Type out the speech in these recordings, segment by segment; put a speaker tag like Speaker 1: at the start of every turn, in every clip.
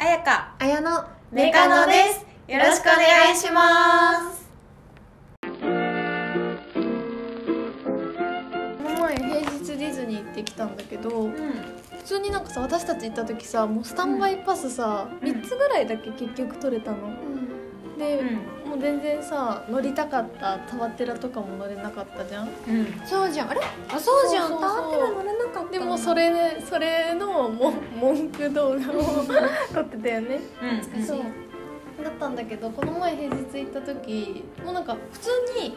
Speaker 1: あやの
Speaker 2: メカノですよろしくお願いします
Speaker 1: この前平日ディズニー行ってきたんだけど
Speaker 2: うん
Speaker 1: 普通になんかさ私たち行った時さもうスタンバイパスさ、
Speaker 2: うん
Speaker 1: 3つぐらいだけ結局取れたので、もう全然さ乗りたかったタワテラとかも乗れなかったじゃん
Speaker 2: うん
Speaker 3: そうじゃんあれあそうじゃん
Speaker 1: そうそう
Speaker 3: タ
Speaker 1: そう
Speaker 3: ワーテラ乗れなかった
Speaker 1: でもそれでそれのも文句動画 を撮ってたよね
Speaker 2: うん
Speaker 1: そうだったんだけどこの前平日行った時もうなんか普通に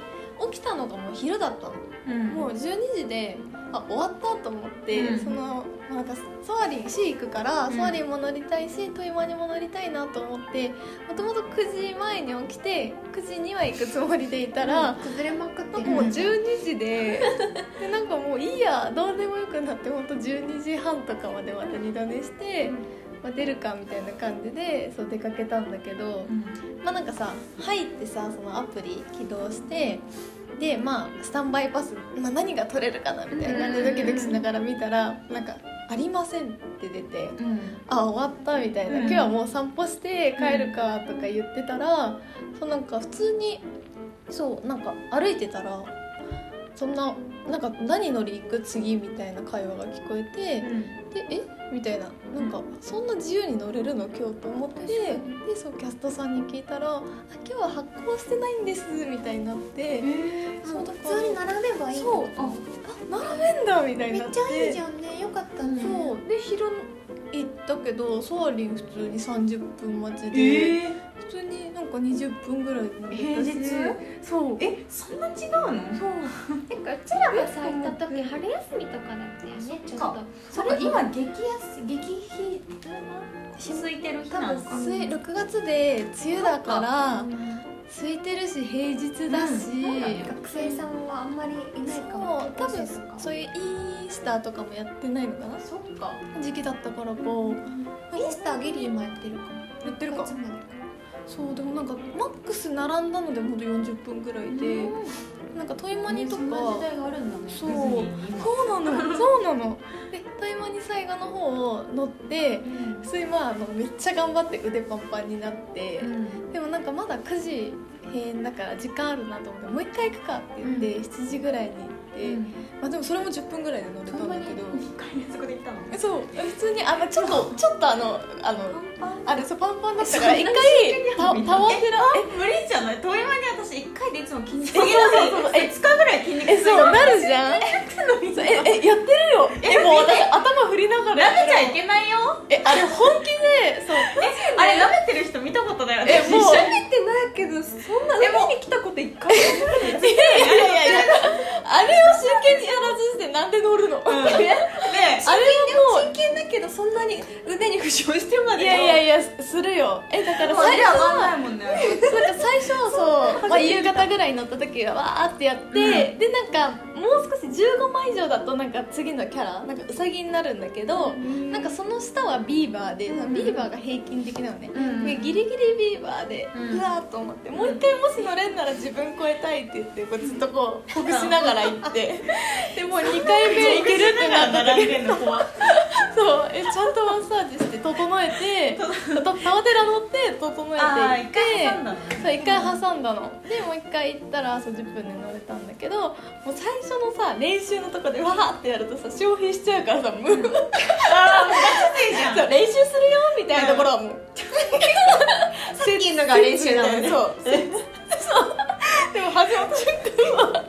Speaker 1: 起きたのがもう昼だったの
Speaker 2: うん
Speaker 1: もう12時であ終わったと思って、
Speaker 2: うん
Speaker 1: そのなんかソアリンシー行くから、
Speaker 2: うん
Speaker 1: ソアリンも乗りたいしトイマにも乗りたいなと思ってもともと9時前に起きて9時には行くつもりでいたら、
Speaker 3: 崩れまくって
Speaker 1: な
Speaker 3: る
Speaker 1: んかもう12時で でなんかもういいやどうでもよくなってほんと12時半とかまでまた二度寝して、まあ、出るかみたいな感じでそう出かけたんだけど。まあなんかさ入ってさそのアプリ起動してでまあスタンバイパス、まあ、何が取れるかなみたいな感じでドキドキしながら見たらなんか「ありません」って出て
Speaker 2: うん
Speaker 1: 「あ終わった」みたいな
Speaker 2: うん
Speaker 1: 「今日はもう散歩して帰るか」とか言ってたらそうなんか普通にそうなんか歩いてたらそんななんか何乗り行く次みたいな会話が聞こえて。でえみたいななんかそんな自由に乗れるの今日と思ってでそうキャストさんに聞いたらあ「今日は発行してないんです」みたいになって
Speaker 3: もう普通に並べばいい
Speaker 1: そうあ並べんだみたいに
Speaker 3: め
Speaker 1: なっ
Speaker 3: ってちゃいいじゃんねよかったね
Speaker 1: そうで昼行ったけどソアリン普通に30分待ちで、
Speaker 2: え
Speaker 1: 普通になんか20分ぐらいで乗れたし
Speaker 2: 平日
Speaker 1: そう
Speaker 2: えそんな違うの
Speaker 1: そう
Speaker 3: てかうちらがさ行った時春休みとかだったよねちょっと
Speaker 2: それ今激安激費続いてる日
Speaker 1: 多
Speaker 2: なの
Speaker 1: 分
Speaker 2: か
Speaker 1: すい6月で梅雨だから空いてるし平日だし、
Speaker 2: うん
Speaker 3: 学生さんはあんまりいないかも
Speaker 1: そう多分そういうイースターとかもやってないのかな
Speaker 2: そっか
Speaker 1: 時期だったからかや
Speaker 3: インスターギリーもやってるかも
Speaker 1: って
Speaker 3: い
Speaker 1: るか
Speaker 3: つもやるか
Speaker 1: そうでもなんかマックス並んだのでほんと40分ぐらいでなんかトイマニと
Speaker 2: そ
Speaker 1: か
Speaker 2: んな時代があるんだね
Speaker 1: そうそう なのそうなのでトイマニ最後の方を乗って普通にまああのめっちゃ頑張って腕パンパンになって、でもなんかまだ9時閉園だから時間あるなと思ってもう一回行くかって言って、
Speaker 2: う
Speaker 1: 7時ぐらいに行って、まあでもそれも10分ぐらいで乗れたんだけど
Speaker 2: 2回連続で行ったの
Speaker 1: えそう普通にあのちょっとちょっとあのあのあれそうパンパンだったから
Speaker 2: そう
Speaker 1: 一回
Speaker 2: な
Speaker 1: タ
Speaker 2: んか
Speaker 1: タワーテラ
Speaker 2: え無理じゃない遠い間に私1回でいつも筋肉
Speaker 1: そうそうそう
Speaker 2: え5日ぐらい筋肉
Speaker 1: えそうなるじゃんえ
Speaker 2: に
Speaker 1: ええやってるよえもう私頭振りながら
Speaker 2: 舐
Speaker 1: やっ
Speaker 2: め
Speaker 1: て
Speaker 2: ち
Speaker 1: る
Speaker 2: ゃいけないよ
Speaker 1: えあれ本気でそう
Speaker 2: あれ舐めてる人見たことない
Speaker 1: え
Speaker 2: 私
Speaker 1: もう
Speaker 2: 一緒に
Speaker 3: てないけどそんな
Speaker 2: でも見に来たこと一回
Speaker 1: いやいやいやいやあれを真剣にやらずしてなんで乗るの、あれ
Speaker 2: で
Speaker 1: はもう
Speaker 3: 真剣だけどそんなに腕に負傷してま
Speaker 1: いやいやいやするよえだから最
Speaker 2: れは
Speaker 1: 初
Speaker 2: わかんないもんね
Speaker 1: なんか最初そう、まあ、夕方ぐらいに乗った時はわーってやって、でなんかもう少し15枚以上だとなんか次のキャラなんかウサギになるんだけど、なんかその下はビーバーで、
Speaker 2: うん
Speaker 1: ビーバーが平均的なのね、
Speaker 2: うん
Speaker 1: でギリギリビーバーで、
Speaker 2: う
Speaker 1: うんわーっと思ってもう一回もし乗れんなら自分超えたいって言ってこうずっとこうほぐしながら行って でもう2回目行けるってなった
Speaker 2: 並
Speaker 1: 時
Speaker 2: んでんの怖
Speaker 1: そうえちゃんとマッサージして整え てとタワテラ乗って整えて
Speaker 2: あ
Speaker 1: 行
Speaker 2: ー
Speaker 1: っ
Speaker 2: 一
Speaker 1: て
Speaker 2: 回挟んだの
Speaker 1: そう一回挟んだのでもう一回行ったらそう10分で乗れたんだけどもう最初のさ練習のとこでわーってやるとさ消費しちゃうからさ無そ
Speaker 2: あ
Speaker 1: う
Speaker 2: ーもうガチ勢じゃん
Speaker 1: 練習するよみたいなところはもう、
Speaker 3: さっきのが練習なのね
Speaker 1: そうそうでも始まった瞬間は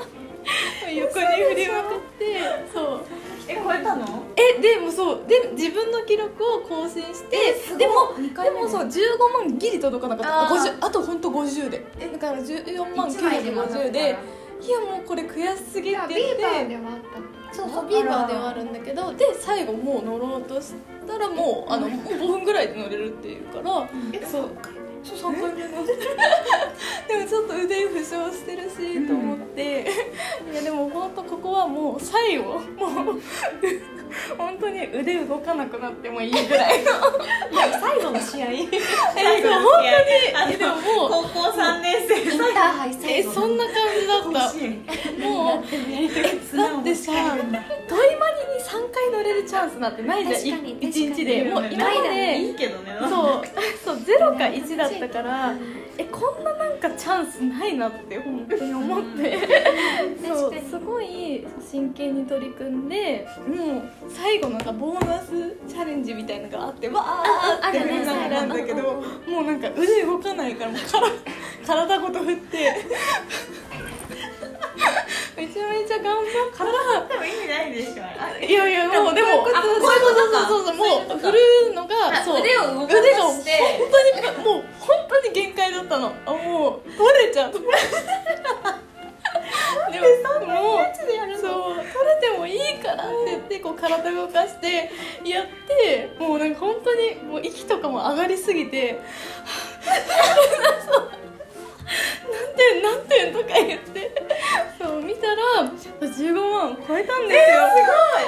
Speaker 1: 横に振りまくってそう
Speaker 2: え超えたの
Speaker 1: えでもそうで自分の記録を更新してでも
Speaker 2: 二
Speaker 1: で
Speaker 2: 回目
Speaker 1: もそう15万ギリ届かなかったあ
Speaker 2: あー
Speaker 1: 50あと本当50でだから14万
Speaker 2: 一枚でも
Speaker 1: 950でいやもうこれ悔しすぎって言って
Speaker 3: ビーバーではあった
Speaker 1: そうそうビーバーではあるんだけどで最後もう乗ろうとしたらもうあのもう5分ぐらいで乗れるっていうからそうそう3回目乗って でもちょっと腕負傷してるしと思って、いやでも本当ここはもう最後もう本当に腕動かなくなってもいいぐ らいの
Speaker 2: 最後の試合
Speaker 1: えそう本当にえでももう
Speaker 2: 高校3年生
Speaker 3: イン ターハイ
Speaker 1: え
Speaker 3: 最後
Speaker 1: そんな感じだった
Speaker 2: 園
Speaker 1: もうだってさ
Speaker 2: だ
Speaker 1: トイマニに3回に乗れるチャンスなんてないじゃ
Speaker 3: 確か
Speaker 1: ん
Speaker 3: に
Speaker 1: い一日で
Speaker 3: 確
Speaker 1: も
Speaker 3: か
Speaker 1: う
Speaker 3: に
Speaker 1: 今ま
Speaker 2: い
Speaker 1: で
Speaker 2: いけどね
Speaker 1: そう そう0か1だったからえこんななんかチャンスないなって本当に思って そ
Speaker 3: 確
Speaker 1: う
Speaker 3: かに
Speaker 1: すごい真剣に取り組んでもう最後なんかボーナスチャレンジみたいなのがあってわー
Speaker 3: あ
Speaker 1: って
Speaker 3: るね
Speaker 1: みんな選んだけど
Speaker 3: そう
Speaker 1: もうなんか腕動かないからもうから体ごと振ってめちゃめちゃ頑張ったら
Speaker 2: でも意味ないでしょあれ
Speaker 1: いやいやもうで
Speaker 2: こ
Speaker 1: も
Speaker 2: ういうこと
Speaker 1: あ
Speaker 2: か
Speaker 1: そうそうそうそう
Speaker 2: そういうこ
Speaker 1: もう
Speaker 2: とか
Speaker 1: 振るのがそう
Speaker 2: 腕を動か
Speaker 1: 腕が本
Speaker 2: して
Speaker 1: 当にもう本当に限界だったのあもう取れちゃう取れちゃうでももう
Speaker 2: ちでやる
Speaker 1: そう取れてもいいからって言ってこう体動かしてやってもうなんか本当にもう息とかも上がりすぎて「そう何点何点」とか言ってそう見たら15万超えたんですよ、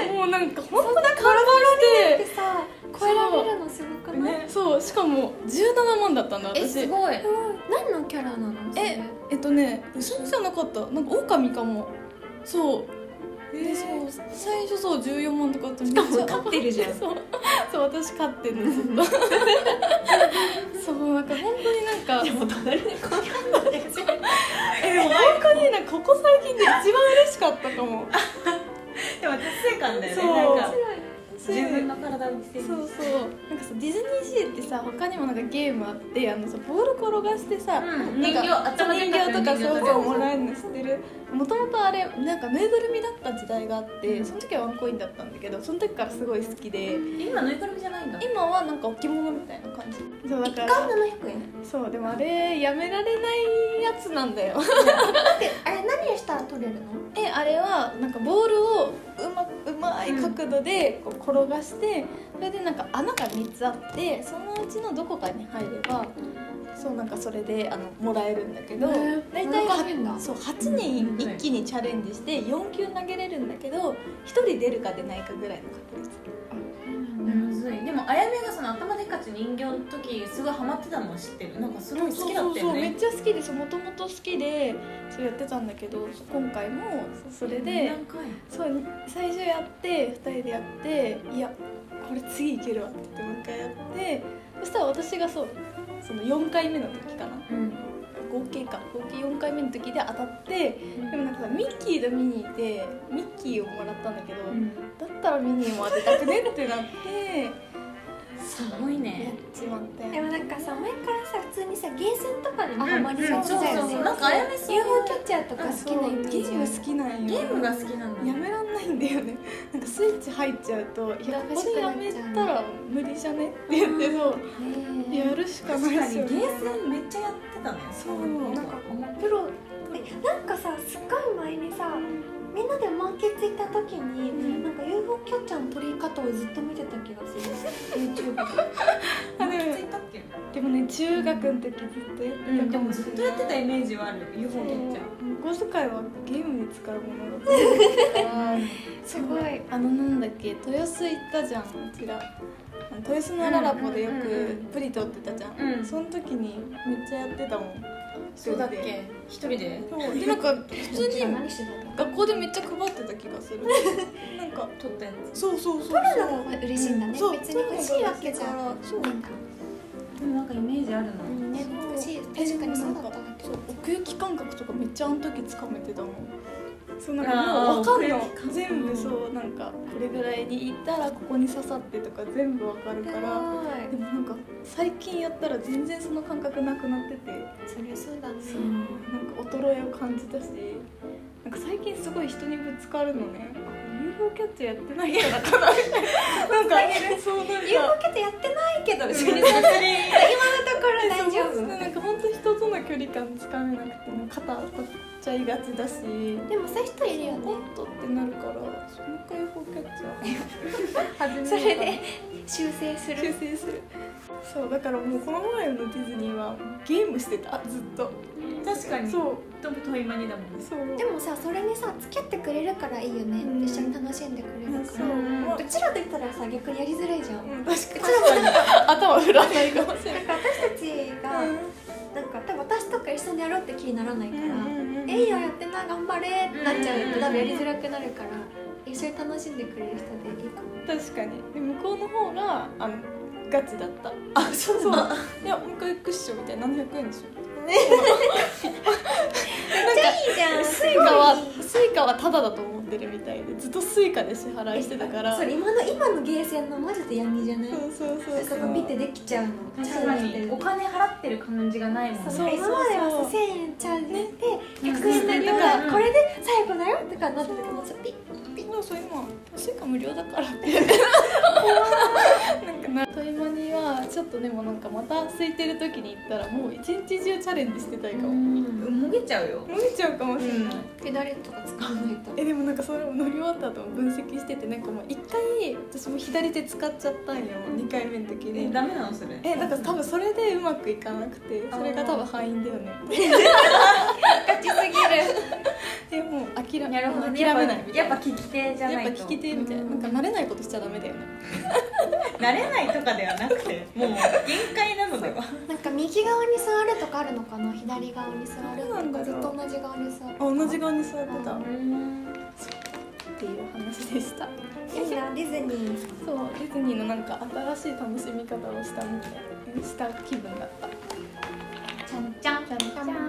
Speaker 1: すごいもうなんか本当に体
Speaker 3: だっ
Speaker 1: して
Speaker 3: てさ超えられるのすごくない、
Speaker 1: ねそうしかも17万だったんだ
Speaker 2: え
Speaker 1: 私
Speaker 2: すごい
Speaker 3: 何のキャラなのそれ
Speaker 1: ええっとね嘘じゃなかったなんか狼かもそうでそう最初そう14万とかあったし
Speaker 3: かも飼ってるじゃん
Speaker 1: そうそう私飼ってるんですそうなんか本当になんか
Speaker 2: も隣にこんなのでしょ
Speaker 1: えでも本当になんかここ最近で一番嬉しかったかも
Speaker 2: でも達成感だよね
Speaker 1: そう
Speaker 2: なんか
Speaker 1: そう
Speaker 2: 自分の体を見せる
Speaker 1: そうそうなんかさディズニーシーってさ他にもなんかゲームあってあのさボール転がしてさ、
Speaker 2: うん
Speaker 1: なんか
Speaker 2: 人形頭でっ
Speaker 1: 人
Speaker 2: かく
Speaker 1: 形とか
Speaker 2: 人形
Speaker 1: そう
Speaker 2: とか
Speaker 1: そうもらえるの知ってるもともとあれなんかぬいぐるみだった時代があって、
Speaker 2: うん
Speaker 1: その時はワンコインだったんだけどその時からすごい好きで、
Speaker 2: 今ぬいぐるみじゃないんだ
Speaker 1: 今はなんか置物みたいな感じそうだ
Speaker 3: 一
Speaker 1: か
Speaker 3: 回
Speaker 1: ら
Speaker 3: 700円
Speaker 1: そうでもあれやめられないやつなんだよ
Speaker 3: だってあれ何したら取れるの
Speaker 1: えあれはなんかボールをうまうまい角度でこう転がしてそれでなんか穴が3つあってそのうちのどこかに入ればそうなんかそれであのもらえるんだけど
Speaker 3: へー
Speaker 1: 大
Speaker 3: なんか
Speaker 1: 体
Speaker 3: 入んだ
Speaker 1: そう8人一気にチャレンジして4球投げれるんだけど1人出るか出ないかぐらいの確率
Speaker 2: むずいでもあやめがその頭でっかち人形の時すごいハマってたの知ってるなんかすごい好きだったよ
Speaker 1: そうそうそうめっ
Speaker 2: ね
Speaker 1: ちゃ好きですもともと好きでそうやってたんだけど今回もそうそれで
Speaker 2: 何回
Speaker 1: そう最初やって2人でやっていやこれ次いけるわって言ってもう一回やってそしたら私がそうその4回目の時かな
Speaker 2: うん
Speaker 1: 合計か合計4回目の時で当たってでもなんかさミッキーとミニーでミッキーをもらったんだけど、
Speaker 2: うん
Speaker 1: だったらミニーも当てたくねってなって
Speaker 2: すごい
Speaker 1: や
Speaker 2: ね
Speaker 1: っちまった
Speaker 3: で
Speaker 1: よ
Speaker 3: もなんかさ前からさ普通にさゲーセンとかでもハマりそう
Speaker 2: そう
Speaker 3: だ
Speaker 2: そ
Speaker 3: よ
Speaker 2: う
Speaker 3: ね
Speaker 2: そうなんかあやめそういう
Speaker 3: UFO キャッチャーとか好きなイメー
Speaker 1: ゲ
Speaker 3: ジ
Speaker 1: ーム好きなんよ
Speaker 2: ゲームが好きなんだ
Speaker 1: やめらんないんだよねなんかスイッチ入っちゃうといや
Speaker 3: 忙
Speaker 1: こ
Speaker 3: し
Speaker 1: れ
Speaker 3: くな
Speaker 1: や
Speaker 3: っ
Speaker 1: め
Speaker 3: ちゃう
Speaker 1: たら無理じゃねって言ってそう
Speaker 3: ねえ
Speaker 1: やるしか
Speaker 2: 確
Speaker 1: な
Speaker 2: か
Speaker 1: い
Speaker 2: に
Speaker 1: し
Speaker 2: ゲーセンめっちゃやってたね
Speaker 1: そう
Speaker 3: なんかプロえなんかさすっごい前にさみんなで満喫行った時に、
Speaker 1: うん
Speaker 3: なんか UFO キャッチャーの取り方をずっと見てた気がする YouTube で
Speaker 1: あでも
Speaker 2: ついたっけ
Speaker 1: でもね中学の時ずっとやってた
Speaker 2: で
Speaker 1: か
Speaker 2: も
Speaker 1: もし
Speaker 2: ずっと
Speaker 1: れ
Speaker 2: や
Speaker 1: な
Speaker 2: っ
Speaker 1: い
Speaker 2: てたイメージはある UFO キャッチャー
Speaker 1: お小遣いはゲームに使うものだと思うから
Speaker 3: すごい
Speaker 1: あのなんだっけ豊洲行ったじゃんうちらあの豊洲のララポでよ
Speaker 2: うんうんうんう
Speaker 1: く
Speaker 2: ん
Speaker 1: プリ取ってたじゃん、
Speaker 2: うん
Speaker 1: その時にめっちゃやってたもん
Speaker 2: そうだっけ一人で
Speaker 1: そうでなんか普通に
Speaker 3: 何してたの
Speaker 1: 学校でめっちゃ配ってた気がするなんか
Speaker 2: 撮ったやつ
Speaker 1: そうそうそうそう
Speaker 3: 取るのが嬉しいんだね、
Speaker 1: そう
Speaker 3: 別に欲しいわけじゃないんだ
Speaker 1: そう
Speaker 2: でもなんかイメージあるな
Speaker 3: うんね懐かしい確かにそうだったんだけ
Speaker 1: そう
Speaker 3: ど
Speaker 1: 奥行き感覚とかめっちゃあの時つかめてたもんそうなんか
Speaker 2: あー
Speaker 1: もう分かる
Speaker 2: 奥行き感
Speaker 1: の
Speaker 2: 覚
Speaker 1: 全部そうなんかこれぐらいにいったらここに刺さってとか全部分かるからでもなんか最近やったら全然その感覚なくなってて
Speaker 3: そりゃそうだね
Speaker 1: なんか衰えを感じたしなんか最近すごい人にぶつかるのね UFO キャッチやってないからかなみたいななんかそうなんか
Speaker 3: UFO キャッチャーやってないけど別に
Speaker 2: 別
Speaker 3: だから大丈
Speaker 1: そう
Speaker 3: 夫
Speaker 1: なんか本当人との距離感つかめなくてもう肩取っちゃいがちだし
Speaker 3: でもそういう人いるよね
Speaker 1: もっとってなるからその解放キャッチャー
Speaker 3: それで修正す
Speaker 1: 修
Speaker 3: る
Speaker 1: 正するそうだからもうこの前のディズニーはゲームしてたずっと
Speaker 2: に 確かに
Speaker 1: そ
Speaker 2: そううと遠い間にだもんね
Speaker 1: そう
Speaker 3: でもさそれにさ付き合ってくれるからいいよね、
Speaker 1: うん
Speaker 3: 一緒に楽しんでくれるか
Speaker 1: そう
Speaker 3: ら、う
Speaker 2: うん
Speaker 1: まあ
Speaker 3: ちらと言ったらさ逆にやりづらいじゃん、う
Speaker 1: うん確
Speaker 3: ち
Speaker 1: かに
Speaker 3: らもなんか
Speaker 1: 頭振らないかもしれない
Speaker 3: 私たちが、なんか多分私とか一緒にやろうって気にならないから「えいよやってな頑張れ」ってなっちゃうと多分やりづらくなるから、一緒に楽しんでくれる人でいいかも
Speaker 1: 確かにで向こうの方があのガチだったあそうそういやもう一回行くっしょみたいな700円でしょね
Speaker 3: めっちゃいいじ ゃん
Speaker 1: スイカはスイカはタダだと思ってるみたいでずっとスイカで支払いしてたから
Speaker 3: それ今の今のゲーセンのマジで闇じゃない
Speaker 1: そうそうそう
Speaker 3: そ
Speaker 1: そう
Speaker 3: こピッてできちゃうの
Speaker 2: 確かにお金払ってる感じがないもん
Speaker 3: そう
Speaker 1: そう
Speaker 3: 今までは
Speaker 1: そう
Speaker 3: さ1000円チャージして
Speaker 2: ね
Speaker 3: 100円
Speaker 2: うん
Speaker 3: だからこれで最後だよとかなっててもさピッ
Speaker 1: そうそう今スイカ無料だからってなんかなトリマニはちょっとでもなんかまた空いてる時に行ったらもう一日中チャレンジしてたいかも
Speaker 2: もげちゃうよ
Speaker 1: 飲めちゃうかもしれない、
Speaker 3: ペダレとか使わないと
Speaker 1: えでもなんかそれを乗り終わった後も分析しててなんかもう一回私も左手使っちゃったんよ2回目の時
Speaker 2: え
Speaker 1: に
Speaker 2: ダメなのそれ
Speaker 1: えなんか多分それでうまくいかなくてそれが多分敗因だよね
Speaker 3: ガチすぎる
Speaker 1: でもう諦め
Speaker 2: なるほどね
Speaker 1: 諦めないみた
Speaker 2: やっ
Speaker 1: い
Speaker 2: ぱやっ
Speaker 1: な
Speaker 2: ぱ聞き手じゃ
Speaker 1: や
Speaker 2: な
Speaker 1: っぱ
Speaker 2: いと
Speaker 1: 聞き手みたいななんか慣れないことしちゃダメだよね
Speaker 2: 慣れないとかではなくてもう限界なのでは
Speaker 3: なんか右側に座るとかあるのかな左側に座る
Speaker 1: そうなん
Speaker 3: と
Speaker 1: だ
Speaker 3: か
Speaker 1: ろう
Speaker 3: ずっと同じ側に座る
Speaker 1: あ同じ側に座ってた
Speaker 3: う
Speaker 1: っ
Speaker 2: うん
Speaker 1: ていう話でした
Speaker 3: いいなディズニー
Speaker 1: そうディズニーのなんか新しい楽しみ方をしたみたいした気分だった
Speaker 3: ちゃんちゃんちゃんちゃん